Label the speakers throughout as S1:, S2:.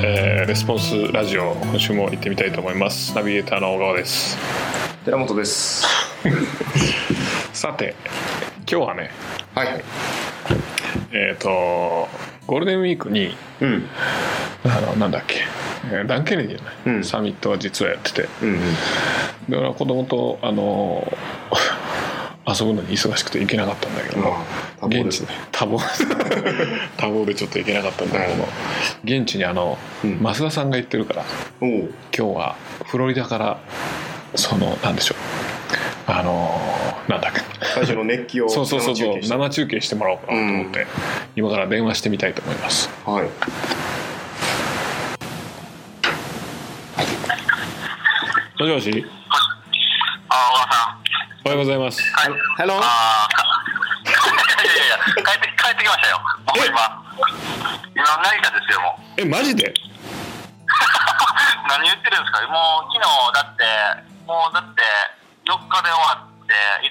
S1: レスポンスラジオ今週も行ってみたいと思いますナビゲーターの小川です
S2: 寺本です。
S1: さて今日はね
S2: はい。
S1: えっ、とゴールデンウィークに
S2: うん。
S1: あのなんだっけえーダンケネディのね、
S2: うん
S1: サミットを実はやってて
S2: うん。
S1: で俺は子供とあの 遊ぶのに忙しくて行けなかったんだけども、
S2: 多忙ですね。
S1: 多 忙多忙でちょっと行けなかったんだけども現地にあの、
S2: うん
S1: 増田さんが行ってるから
S2: おう。
S1: 今日はフロリダからそのなんでしょうあのーなんだっけ
S2: 最初の熱気を
S1: そうそうそうそう
S2: 生
S1: 生
S2: 中継して
S1: 中継してもらおうかなと思って、
S2: う
S1: 今から電話してみたいと思います
S2: はい。
S1: もしもし
S3: あ、小川さん。
S1: おはようございます
S2: ハロー。
S3: あーいやいやいや、帰って、帰ってきましたよ。もう今。今、成田ですよ、もう。
S1: えマジで
S3: 何言ってるんですかもう、昨日、だって、もう、だって、4日で終わって、5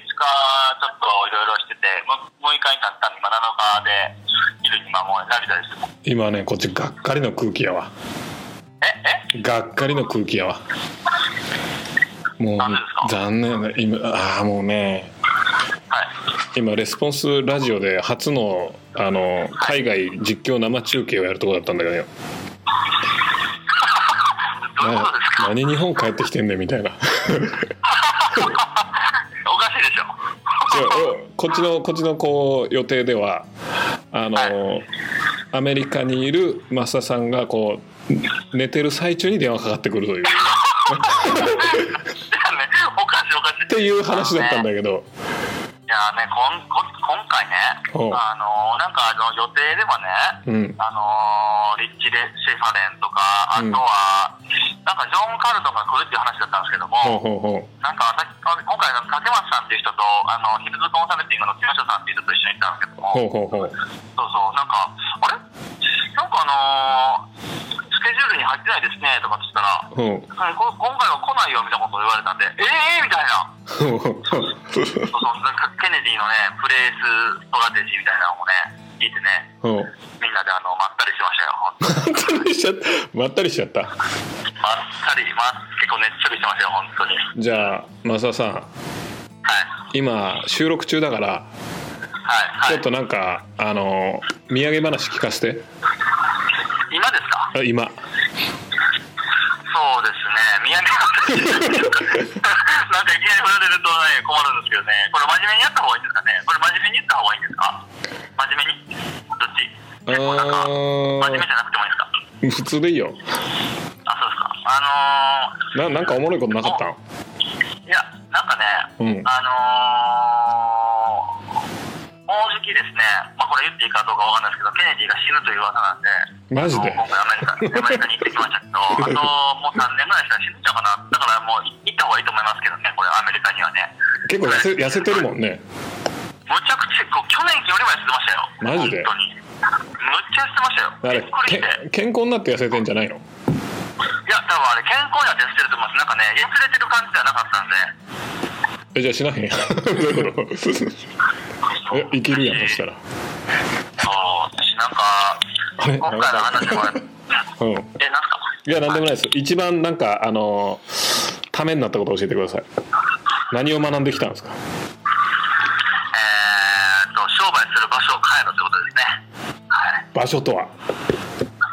S3: 日、ちょっといろいろしてて、もう6日になったんで、今、7日で、昼に今、もう成田ですよ。
S1: 今ねこっちがっかりの空気やわ
S3: え、え
S1: がっかりの空気やわもう
S3: 何ですか
S1: 残念だ今ああもうね
S3: はい。
S1: 今レスポンスラジオで初のあの海外実況生中継をやるとこだったんだけどよ
S3: どういうことですか
S1: な何日本帰ってきてんねんみたいな
S3: おかしいでしょ。
S1: 違うおこっちのこっちのこう予定ではあの、アメリカにいる増田さんがこう寝てる最中に電話かかってくるというっ
S3: いやね、おかしいおかしい。って
S1: いう話だったんだけど
S3: いやね、こんこ今回ね、
S1: おう
S3: あのなんかあの予定では
S1: う
S3: ね、
S1: ん
S3: あのリッチ・レシェファレンとか、あ
S1: うん
S3: とは、なんかジョン・カルトンが来るっていう話だったんですけど
S1: ほうほうほ
S3: も、なんかさっき今回、あの竹松さんっていう人と、あのヒルズコンサルティングの木下さんっていう人と一緒に行ったんですけ
S1: うほうほうほう
S3: ども、そうそう、なんか、あれなんかあのスケジュールに入ってないですねとかって言ったら、
S1: ほう
S3: うんこ今回は来ないよみたいなことを言われたんで、えーみたいな。
S1: ほうほう
S3: そうそうなんかケネディのね、プレースストラテジーみたいなのをね、聞いてね、
S1: ほう
S3: みんなであの、まったりしましたよ、ほんと
S1: まったりしちゃったまったりしちゃった
S3: まったり、 ま、結構ねっちょりしてましたよ、本当に。
S1: じゃあ増田さん
S3: は
S1: 今収録中だからち
S3: い、はい、はい。
S1: ょっとなんかあの土産話聞かせて
S3: 今ですか
S1: あ今
S3: そうですね、宮根 さん。なんかいきなり振られるとね、困るんですけどね、これ真面目にやった方がいいんですかねこれ真面目に言った方がいいんですか真面目にどっち
S1: あ
S3: 結構なんか、真面目
S1: ー
S3: じゃなくてもいいです
S1: 普
S3: か
S1: 通でいいよ
S3: あ、そうですか。あのー、
S1: ななんかおもろいことなかったん
S3: いや、なんかね、
S1: うん
S3: あのー、もうじきですね、まあ、これ言っていいかどうかわかんないですけど、ケネディが死ぬという噂なんで、
S1: マジで
S3: もう今回アメリカア メリカに行ってきましたけど、あともう3年ぐらいしたら死ぬんちゃうかな、だからもう行った方がいいと思いますけどね、これ、アメリカにはね。
S1: 結構痩せ痩せてるもんね
S3: むちゃくちゃ、こう去年よりも痩せてましたよ。
S1: マジで
S3: 本当に。むっちゃ痩せ
S1: あれ
S3: てましたよ。びっくりして。
S1: け健康になって痩せてんじゃないの
S3: いや、多分あれ、健康には痩せてると思います。なんかね、痩せれてる感じではなかったんで。
S1: えじゃあしなへん やんどういうこと え生きるやんそしたら
S3: そう、私なんか、
S1: あれ
S3: 今回の話も、
S1: うん
S3: え、なんすか
S1: いやなんでもないです一番なんかあのためになったこと教えてください何を学んできたんですか
S3: えーっと、商売する場所を変えろということですね。はい。
S1: 場所とは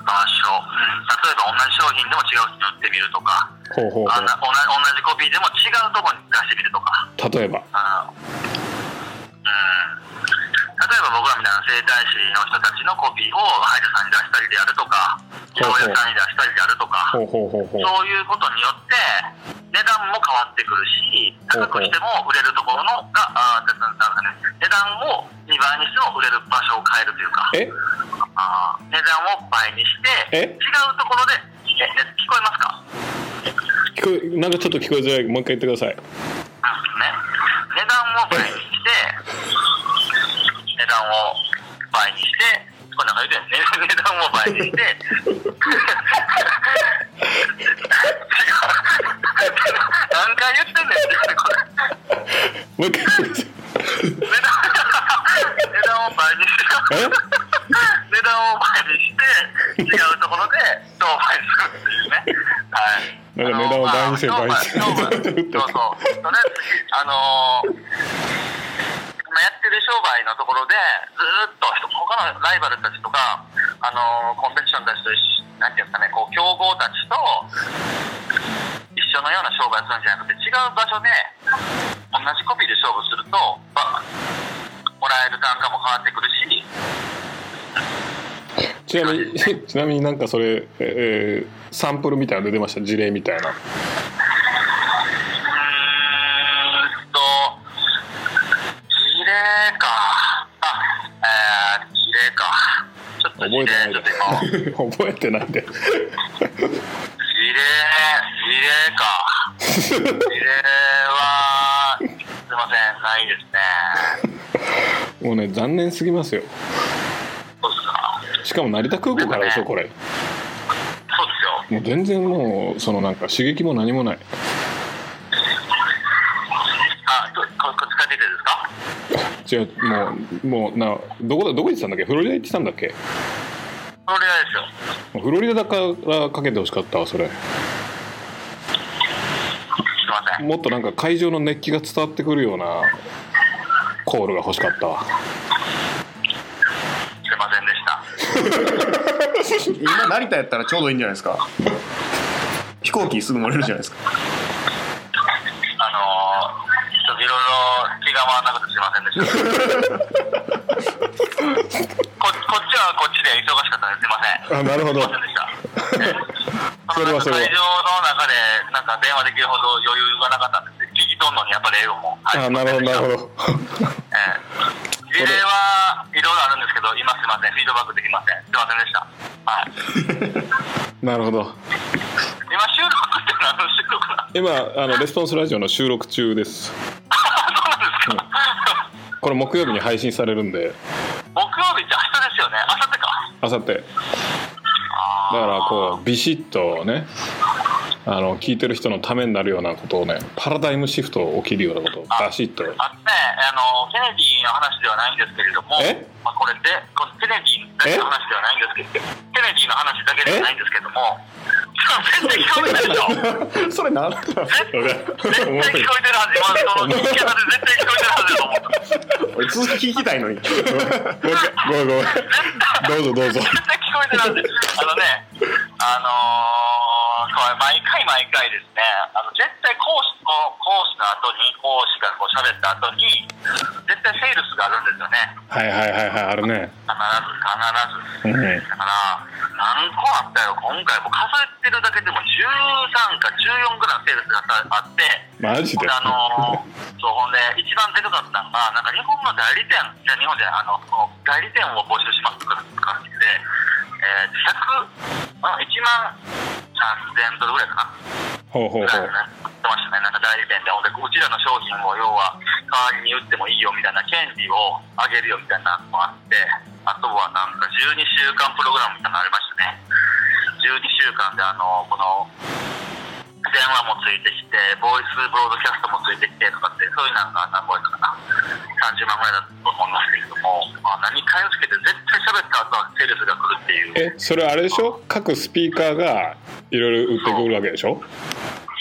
S3: 場所。うん例えば同じ商品でも違う人に売ってみるとか、
S1: ほうほう
S3: あんな同じ同じコピーでも違うところに出してみるとか。
S1: ほう例えば
S3: うん。うん。例えば僕らみたいな整体師の人たちのコピーを歯医者さんに出したりであるとか、
S1: ほう
S3: 八
S1: ほう
S3: 百屋さんに出したりであるとか。
S1: ほうほうほうほう
S3: そういうことによって値段も変わってくるし高くしても売れるところのがあーなんかね値段を2倍にしても売れる場所を変えるというか
S1: え
S3: あー値段を倍にして違
S1: え
S3: うところでえね聞こえますか、うん
S1: 聞こえなんかちょっと聞こえづらいもう一回言ってください
S3: ね、値段を倍にして値段を倍にしてこれなんか言うてんね値段を倍にして 違う何回言ってんねんこれ。
S1: もう一回言ってください
S3: 値段値段を倍にして
S1: え
S3: 値段を倍にして違うところで商売する
S1: なんか値段を倍にせる倍にせる
S3: あのまあ商売商売そうそう。とりあえず、あのー今やってる商売のところで、ずーっと人他のライバルたちとか、あのーコンペティションたちと一緒、なんていうんですかね、こう、競合たちと、一緒のような商売するんじゃなくて、違う場所で、同じコピーで勝負すると、まあもらえる単価も変わってくるし、
S1: ちなみに ちなみになんかそれ、えーサンプルみたいなの出てました事例みたいな
S3: うーんと、事例か。あ、えー、事例か。ちょっと
S1: 覚
S3: 事
S1: え
S3: 例、ちょっと今、事
S1: てないで
S3: 例、事
S1: 覚えてないで
S3: 例か。事例は、すいません、ないですね。
S1: もうね残念すぎますよ
S3: そうですか。
S1: しかも成田空港からでしょこれ
S3: そうですよ。
S1: もう全然もうそのなんか刺激も何もない
S3: あ、こここっちから出てですか
S1: 違うもうもうなどこだどこ行ってたんだっけフロリダ行ってたんだっけ
S3: それはですよ。
S1: フロリダからかけてほしかったわそれ
S3: すいません。
S1: もっとなんか会場の熱気が伝わってくるようなコールが欲しかったわ
S3: すいませんでした。
S2: 今成田やったらちょうどいいんじゃないですか飛行機すぐ乗れるじゃないですか
S3: あのー、ちょっといろいろ気が回らなくてすいませんでした。ここっちはこっちで忙しかったんです。すいません。
S1: あなるほど
S3: すいませんでした。
S1: それはそれは
S3: 会場の中でなんか電話できるほど余裕がなかったんです。聞き取るのにやっぱり英語も。はい
S1: あなるほどなるほど
S3: ええ事例はいろいろあるんですけど、今すいません。フィードバックできません。すいませんでした。は い。
S1: なるほど
S3: 今収録って何の収録なん
S1: 今あのレスポンスラジオの収録中です
S3: そうなんです か。
S1: これ木曜日に配信されるんで
S3: 木曜日って明日ですよね。明後日か。
S1: あさってだからこうビシッとねあの聞いてる人のためになるようなことをねパラダイムシフト起きるようなことをバシッと
S3: あのね、あのケネディの話ではないんですけれども、
S1: え
S3: まあ、これで、このケネディだけの話ではないんですけど、ケネディの話だけではないんですけ ども、全然聞こえてるで しょ、
S2: それなんだ
S3: 絶対聞こえてるはず、今のその聞き方で絶対聞こえてるはずだと思った、
S2: 俺続き聞きたいのに
S1: ごめんごめんごめんどうぞどうぞ
S3: 絶対聞こえてるはず、あのね、あのーこれ毎回毎回ですね、あの絶対講師の講師の後に、講師がこう喋った後に、絶対セールスがあるんですよね、
S1: はいはいはいはいあるね
S3: 必ず、必
S1: うん
S3: ず。だから、何個あったよ、今回もう数えてるだけでも13か14ぐらいのセールスがあって、
S1: マジ
S3: ほん
S1: で
S3: で、あのーそう、ほんで、一番でかかったのが、なんか日本の代理店、じゃあ日本じゃない、あの、代理店を募集しますとかって感じで、えー、100、あ1万3000ドルぐらいかな。
S1: ほうほうほう
S3: やってましたね、なんか代理店で、ほんで、うちらの商品を要は代わりに売ってもいいよみたいな、権利をあげるよみたいなのもあって、あとはなんか12週間プログラムみたいなのありましたね。12週間であのこの電話もついてきて、ボイスブロードキャストもついてきてとかって、そういうなんか何本やったかな、30万ぐらいだと思うんですけれども、まあ、何回をつけて、絶対喋った後はセールスが来るっていう、
S1: えそれあれでしょ各スピーカーがいろいろ売ってくるわけでしょ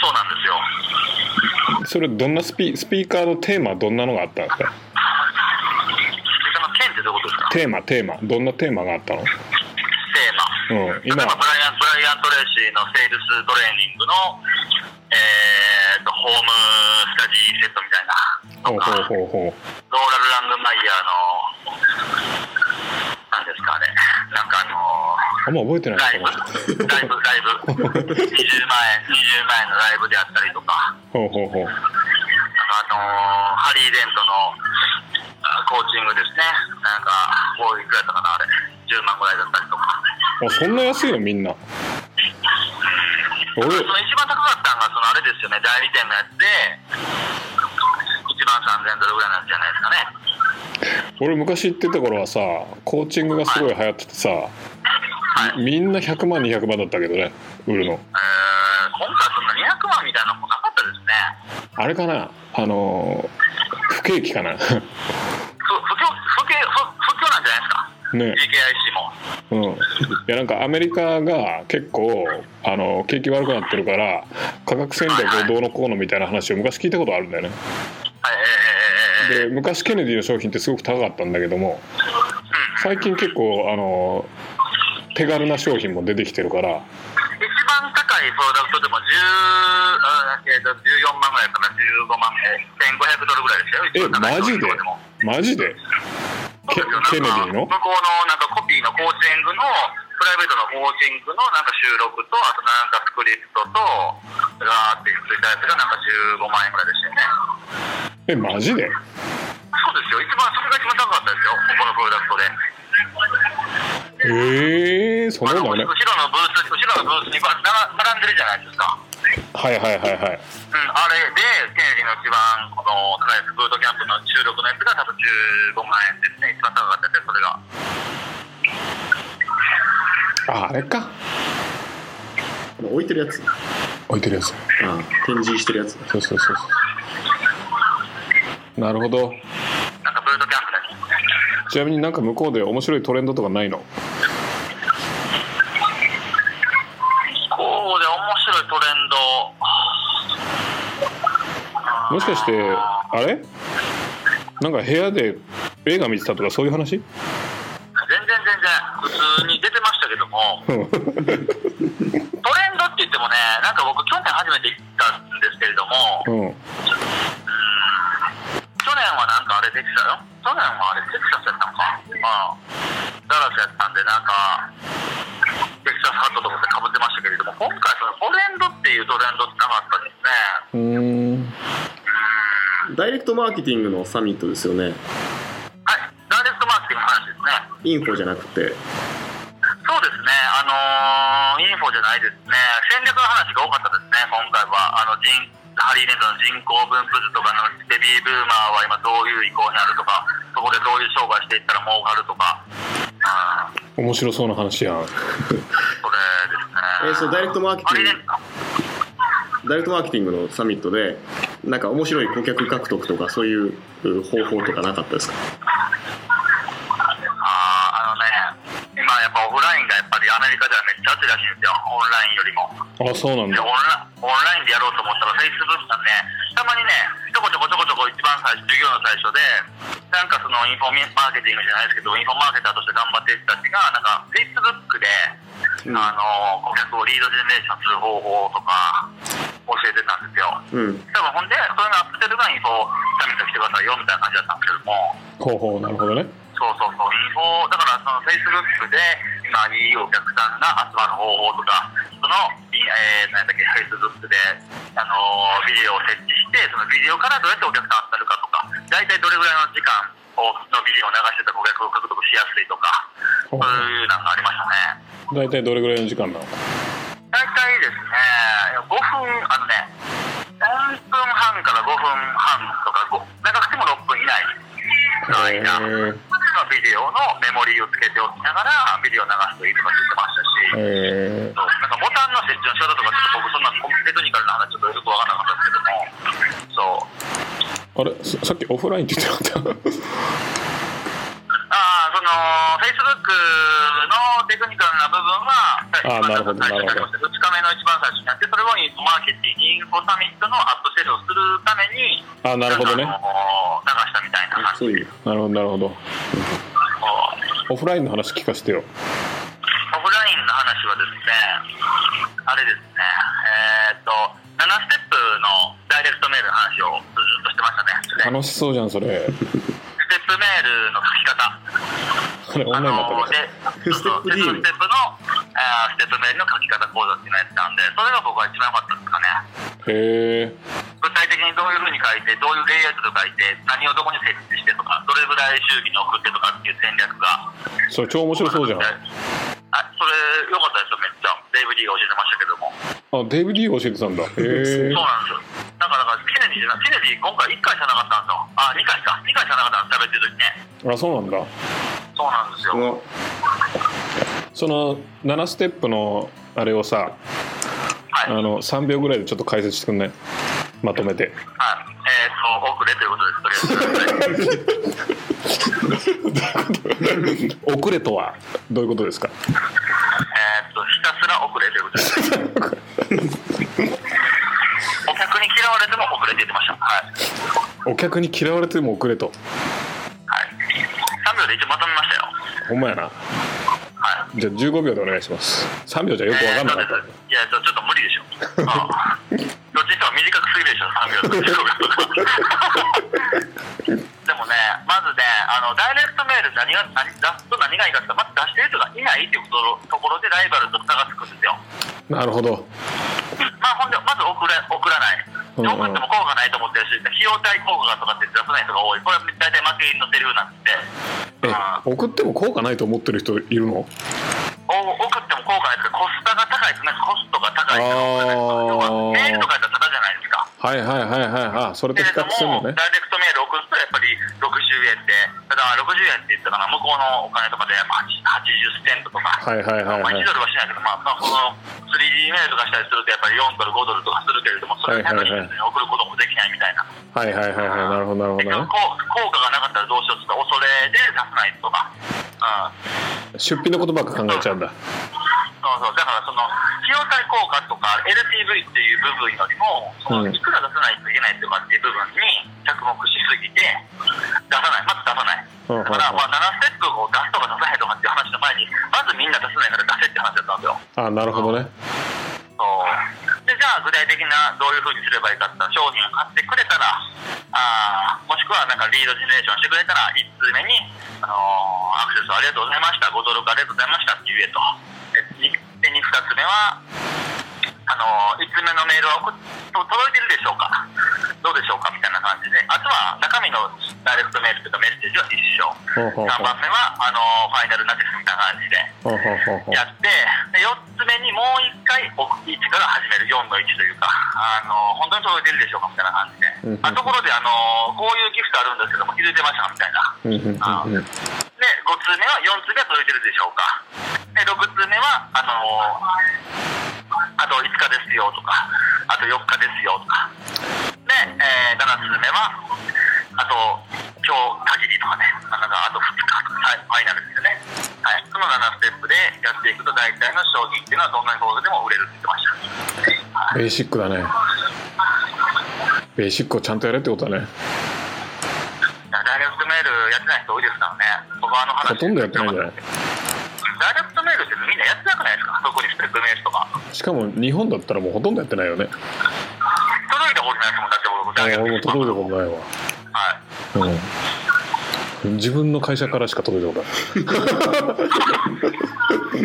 S3: そうなんですよ。
S1: それどんなスピスピーカーのテーマはどんなのがあったんですか
S3: その権ってどういうことですか
S1: テーマテーマどんなテーマがあったの
S3: テーマ。
S1: うん
S3: 例え
S1: 今
S3: ばブライアン・ブライアントレーシーのセールストレーニングの、えー、とホームスタジーセットみたいな
S1: ほう
S3: とか
S1: ほうほうほ
S3: ローラル・ラングマイヤーの何ですかねなんかあの
S1: うあんま覚えてない
S3: ライ
S1: な
S3: ブライブライブ20万円20万円のライブであったりとか
S1: ほうほうほう
S3: あのハリー・デントのあコーチングですねなんかもういくらだったかなあれ10万ぐらいだったりとか。
S1: あそんな安いのみんな俺
S3: その一番高かったのが、そのあれですよね、代理店のやつで、1万3000ドルぐらいなんじゃないですかね。
S1: 俺昔行ってた頃はさコーチングがすごい流行っててさみんな100万200万だったけどね売るの
S3: えー今回、そんな200万みたいなのもなかったですね。
S1: あれかなあのー不景気かな
S3: ふ不況、不況、不不況なんじゃないですか。
S1: ね
S3: GKIC も。
S1: うん、いやなんかアメリカが結構あの景気悪くなってるから価格戦略をどうのこうのみたいな話を昔聞いたことあるんだよね
S3: はい、えええええ
S1: で
S3: え
S1: 昔ケネディの商品ってすごく高かったんだけども最近結構あの手軽な商品も出てきてるから
S3: 一番高いプロダクトでも10、あえー、と14万ぐらいから15万えー1500ドルぐらいでしたよ。一
S1: え
S3: 番高い
S1: マジで
S3: プロダクトも
S1: マジでケケネディの
S3: 向こうのなんかコピーのコーチングのプライベートのコーチングのなんか収録とあとなんかスクリプトとガーってついたやつがなんか15万円ぐらいでしたよね
S1: えマジで
S3: そうですよ一番それが一番高かったですよここのプロダクトで
S1: ええー、そんな
S3: あの
S1: の
S3: 後
S1: あ
S3: ろ
S1: れ
S3: のブース後ろのブースにばな並んでるじゃないですか
S1: はいはいはいはい
S3: うん、あれで、ケネディの一番この高いやつ、ブートキャンプの収録のやつが多分15万円ですね、一番高かったやつ、それが。
S1: ああれか
S2: 置いてるやつ、
S1: 置いてるやつ
S2: うん、展示してるやつ
S1: そうそうそうそうなるほど
S3: なんかブートキャンプだね。
S1: ちなみになんか向こうで面白いトレンドとかないの
S3: こうで面白いトレンド、
S1: もしかしてあれなんか部屋で映画見てたとかそういう話
S3: 全然全然、普通に出てましたけども、
S1: うん
S3: トレンドって言ってもね、なんか僕、去年初めて行ったんですけれども、
S1: うん
S3: 去年はなんかあれテキサス去年はあれテキサスやったのかうんダラスやったんでなんかテキサスハットとかってかぶってましたけれども今回そのトレンドっていうトレンドってなかったですね
S1: うーん
S2: ダイレクトマーケティングのサミットですよね
S3: はいダイレクトマーケティングの話ですね
S2: インフォじゃなくて
S3: そうですねあのーインフォじゃないですね戦略の話が多かったですね今回はあの人ハリーネットの人口分布図とかのベビーブーマーは今どういう意向にあるとかそこでどういう商売していったら儲かるとかうん
S1: 面白そうな話やん
S3: それですね
S2: えーそうダイレクトマーケテ
S3: あ
S2: ィ
S3: れ
S2: ン
S3: ね、
S2: グダイレクトマーケティングのサミットでなんか面白い顧客獲得とかそういうう方法とかなかったですか
S3: あーあのね、今やっぱオフラインがやっぱりアメリカではめっちゃ熱いらしいんですよ、オンラインよりも。
S1: あそうなん
S3: で、オン
S1: だ
S3: ラオンラインでやろうと思ったら、Facebook さんね、たまにね、ちょこちょこちょこちょこ一番最初、授業の最初で、なんかそのインフォマーケティングじゃないですけど、インフォマーケターとして頑張っている人たちが、なんか Facebook で、
S2: うん
S3: あの顧客をリードジェネレーションする方法とか教えてたんですよ。
S2: うん
S3: 多分ほんで、それがアップデートがインフォサミット来てくださいよみたいな感じだったんですけども。
S1: ほうほうなるほどね
S3: そうそうそう、インフォだからそのフェイスブックで、まあ、いいお客さんが集まる方法とか、その、いえー、なんだっけ、フェイスブックで、あのービデオを設置して、そのビデオからどうやってお客さん集まるかとか、大体どれぐらいの時間をのビデオを流してたらお客を獲得しやすいとか、
S1: ほ
S3: そうう
S1: ほ
S3: いうのがありましたね。
S1: う大体どれぐらいの時間なの
S3: 大体ですね、5分、あのね、4分半から5分半とか、ご長くても6分以内の
S1: へ
S3: 間。
S1: ー
S3: ビデオのメモリーをつけておきながらビデオを流すといいとか言ってましたし、
S1: え
S3: そうなんかボタンの設置の仕方とかちょっと僕そんなテクニカルな話ちょっとよくわからなかったんですけどもそう
S1: ー、あれささっきオフラインって言ってなかった
S3: ああそのフェイスブックのテクニカルな部分
S1: あーな
S3: は
S1: るほど
S3: 最初に
S1: なるほ
S3: 2日目の一番最初にやってそれをインフォマーケティングインフォサミットのアップセルをするために
S1: あなるほどね
S3: んかあの流したみたいな
S2: そう
S3: 感じ
S2: いう
S1: なるほどなるほどオフ
S3: そう
S1: ラインの話聞かせてよ
S3: オフラインの話はですね、あれですね、えーっと、7ステップのダイレクトメールの話をずっとしてましたね。
S1: 楽しそうじゃんそれ
S3: ステップメールの書
S1: あ
S3: き方。
S1: れオンラインだったから
S3: で、
S2: ステップ D
S3: そうそうステップの、えーステップメールの書き方講座っていうのをやってたんで、それが僕は一番良かったんですかね。
S1: へえ
S3: 具体的にどういうふうに書いて、どういうレイアウトで書いて、何をどこに設置してとか、どれぐらい周期に送ってとかっていう戦略が。
S1: それ超面白そうじゃん
S3: あ、それ良かったですよ、めっちゃ。デイブ・リーが教えてましたけども。
S1: あデイブ・リーが教えてたんだへえ
S3: そうなんですよ。だから、だからケネディじゃなケネディ今回1回しかなかったんですよ。あ、2回か。2回しかなかったんです、喋ってる時ね。
S1: あそうなんだ
S3: そうなんですよ。
S2: こ
S3: はい。
S2: の
S1: その7ステップのあれをさあ
S3: はい。
S1: の3秒ぐらいでちょっと解説してくんないまとめて
S3: えっ、と、遅れということです、とりあえず。
S1: 遅れとはどういうことですか
S3: えーっとひたすら遅れてることです お客に嫌われても遅れて言ってましたはい、
S1: お客に嫌われても遅れと
S3: はい、3秒で一応まとめましたよ
S1: ほんまやな
S3: は
S1: じゃあ15秒でお願いします3秒じゃよく分かんなかっ
S3: えーそうですいやちょちょっと無理 でしょああどっちにしても短くすぎるでしょ3秒とか15秒とかでもねまずねあのダイレクトメール何が何出すと何がいいかってまず出してる人がいないっていうことところでライバルと差がつくんですよ
S1: たなるほど
S3: まあ、ほんでまず送れ送らない、
S1: うんうん
S3: 送っても効果ないと思ってるし、費用対効果がとかって出さない人が多い、これは大体負け犬のセリフなんで、
S1: え
S3: あー
S1: 送っても効果ないと思ってる人いるの
S3: お送っても効果ないとか、コスパが高いですね、コストが高いっていうのが
S1: あー
S3: 多いです要はメールとかやったらただじゃないですか。
S1: はいはいはいはいはいそれと
S3: け
S1: 比
S3: れど
S1: 較するの
S3: も、
S1: ね
S3: ダイレクトメール送るとやっぱり60円で、ただ60円って言ったかな、向こうのお金とかでやっぱ80セントとか、
S1: はいはいはいは
S3: まあ、1
S1: い
S3: ドルはしないけど、まあ、まあ、この 3D メールとかしたりすると、やっぱり4ドル、5ドルとかするけれども、それを100人に送ることもできないみたいな。
S1: はいはいはいはいなるほどなるほ
S3: 結
S1: ど
S3: 局
S1: ね
S3: こう効果がなかったらどうしようって言ったら恐れで出さないとか、うん、
S1: 出費のことばっか考えちゃうんだ
S3: そうそうだからその費用対効果とか LTV っていう部分よりもその
S1: うん
S3: いくら出さないといけないとかっていう部分に着目しすぎて出さないまず出さない
S1: うんうんう
S3: だ
S1: ん
S3: からまあ7ステップを出すとか出さないとかっていう話の前にまずみんな出さないから出せって話だったんですよ
S1: あなるほどね
S3: そうでじゃあ具体的などういうふうにすればいいかって言ったら商品を買ってくれたらあーもしくはなんかリードジェネレーションしてくれたら1通目に、あのーアクセスありがとうございましたご登録ありがとうございましたって言えとでにで2つ目はあの1通目のメールはこと届いてるでしょうかどうでしょうかみたいな感じであとは中身のダイレクトメールというかメッセージは一緒
S1: ほうほうほう
S3: 3番目はあのーファイナルナテスみたいな感じで
S1: ほうほうほうほう
S3: やって、で4つ目にもう1回、お1から始める、4の1というか、あの本当に届いてるでしょうかみたいな感じ
S1: うんうん
S3: で、あところであの、こういうギフトあるんですけども、気づいてましたかみたいな、
S1: うんうんうんうん
S3: で5通目は、4通目は届いてるでしょうか、で6通目は、あのあと5日ですよとか、あと4日ですよとか、で、えー、7通目は、あと今日限りとかね、なんかあと2日とか、はいファイナルですよね、はい、その7ステップでやっていくと、大体の商品っていうのは、どんなに高額でも売れるって言ってました。はい
S1: ベーシックだねベーシックをちゃんとやれってことだね
S3: ダイレクトメールやってない人多いですからね、僕はあの話
S1: ほとんどやってないんじゃない
S3: ダイレクトメールってみんなやってなくないですか、特にステップメールとか。
S1: しかも日本だったらもうほとんどやってないよね
S3: 届いたことないですもん、だって僕、
S1: あ
S3: ダイレ
S1: 俺も
S3: クト
S1: 届い
S3: メール
S1: たことないわう
S3: はい
S1: ん自分の会社からしか届いたこ
S3: そ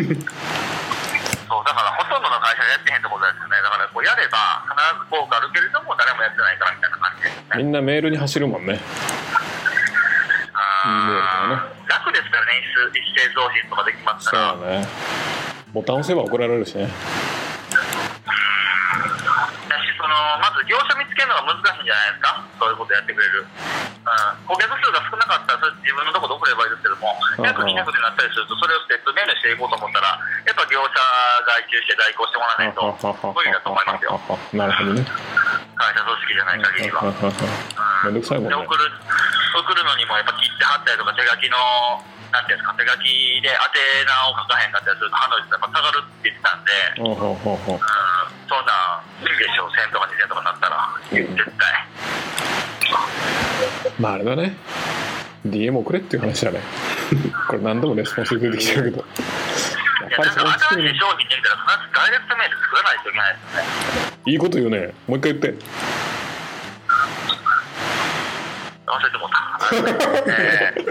S3: うだからほとんどの会社でやってへんってことですよねだからこうやれば必ず効果あるけれども誰もやってないからみたいな感じです
S1: ない
S3: ね
S1: みんなメールに走るもんね
S3: あー楽ですからね一斉一斉増進とかできます
S1: そう
S3: から
S1: だねボタン押せば怒られるしね
S3: だしそのまず業者見つけるのが難しいんじゃないですかそういうことやってくれる、うん、顧客数が少なかったらそれ自分のところで送ればいいですけども
S1: うん
S3: 約200になったりするとそれをステップメールしていこうと思ったらやっぱ業者外注して代行してもらわないと無理だと思います
S1: なるほ
S3: よ
S1: どね
S3: 会社組織じゃない限りは。
S1: めんどくさいもん
S3: で
S1: ね
S3: 送る送るのにもやっぱ切って貼ったりとか手書きのなんていうんですか手書きで宛名を書かへんかったりすると歯の位置が下がるって言ってたんで、
S1: うんうんうんうん
S3: うん、そんなんいいでしょう1000とか2000とかなったら絶対
S1: まああれだね DM 送れっていう話だねこれ何度もレスポンス出てきてるけどやっぱ
S3: いや
S1: り
S3: なん
S1: その
S3: か
S1: 仕組
S3: 新しい
S1: み
S3: 商品出るから
S1: いい
S3: 必ずダイレクトメール作らないといけないですね
S1: こと言うねもう一回言って
S3: 忘れてもうた、えー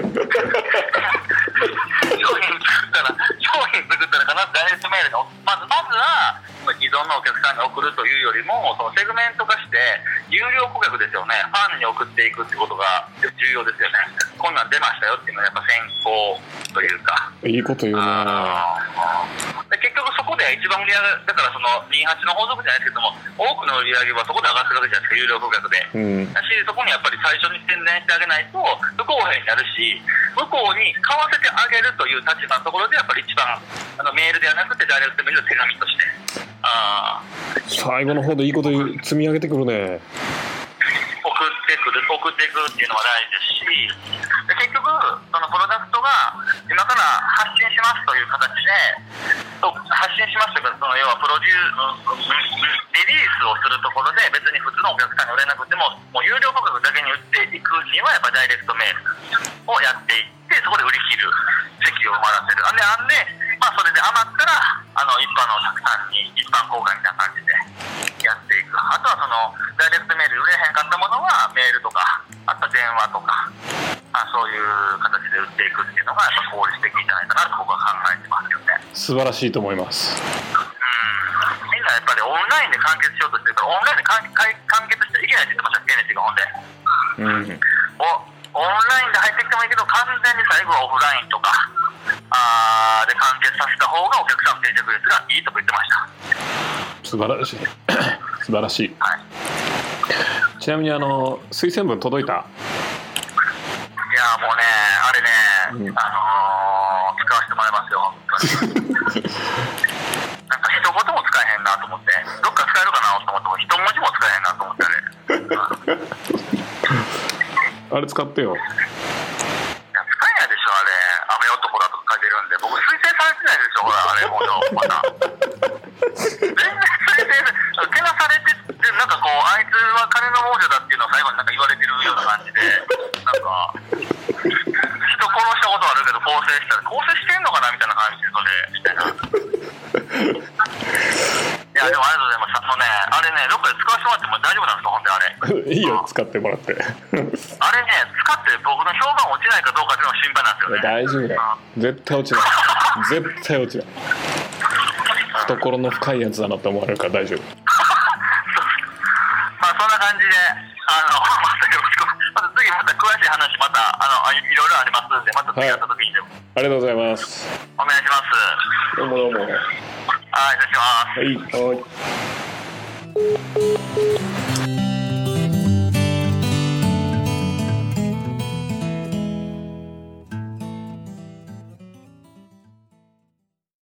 S3: 商品作ったら商品作ったら必ずダイレクトメールにまずまずは既存のお客さんに送るというよりもそのセグメント化して有料顧客ですよねファンに送っていくってことが重要ですよねこんなん出ましたよっていうのはやっぱ先行というか
S1: いいこと言うね
S3: で結局そこで一番売り上げだからその28の法則じゃないですけども多くの売り上げはそこで上がってるわけじゃないですか有料顧客で
S1: うん
S3: だし、そこにやっぱり最初に宣伝してあげないと不公平になるし、向こうに買わせてあげるという立場のところで、やっぱり一番あのメールではなくて、ダイレクトメールの手紙として。あー
S1: 最後の方でいいこと言う積み上げてくるね
S3: 送ってくる送っていくっていうのは大事ですしで結局そのプロダクトが今から発信しますという形でと発信しますというかその要はプロデュー、うんうんリリースをするところで別に普通のお客さんに売れなくてももう有料価格だけに売っていくにはやっぱダイレクトメールをやっていってそこで売り切る席を埋まらせるあんであんで、まあ、それで余ったらあの一般のお客さんに一般公開みたいな感じでやっていくあとはそのダイレクトメールで売れへんかったものはメールとかあとは電話とか、あ、そういう形で売っていくっていうのがやっぱ効率的じゃないかなと僕は考えてますよね。
S1: 素晴らしいと思います
S3: うんみんなやっぱりオンラインで完結しようとしてるからオンラインで完完完結しちゃいけないって言ってましたケネシーがほんで
S1: うん
S3: おオンラインで入ってきてもいいけど完全に最後はオフラインとかあーで完結させた方がお客さんの定着率がいいとか言ってました
S1: 素晴らしい 素晴らしい
S3: はい
S1: ちなみにあの推薦文届いた
S3: いやもうねあれ
S1: うん
S3: ね、あのー、使わせてもらいますよ本当に なんか一言も使えへんなと思ってどっか使えるかなと思っても一文字も使えへんなと思ってあれ
S1: あれ使ってよ
S3: いや、使えないでしょ、あれ。雨男だとか書いてるんで。僕、推薦されてないでしょ、ほら、あれ、もう、また。全然推薦、けなされてって、なんかこう、あいつは金の亡者だっていうのを最後になんか言われてるような感じで、なんか、人殺したことはあるけど、更生したら、更生してんのかなみたいな感じで、それ、みたいな。いや、でもありがとうございます。もうね、あれね、どっかで使わせてもらっても大丈夫なんですか、ほんで、あれ。
S1: いいよ使ってもらって
S3: あれね、使って僕の評判落ちないかどうかっていうのが心配なんですよ
S1: 大丈
S3: ね。
S1: 夫だよ絶対落ちない絶対落ちない懐の深いやつだなって思われるから大丈夫
S3: まあそんな感じで、あの、 またよろしく、また次また詳しい話、また、あの、あいいろいろありますんで、また次やった時にでも、
S1: ありがとうございます
S3: お願いします。
S1: どうもどうも
S3: はい、失礼します。
S1: はい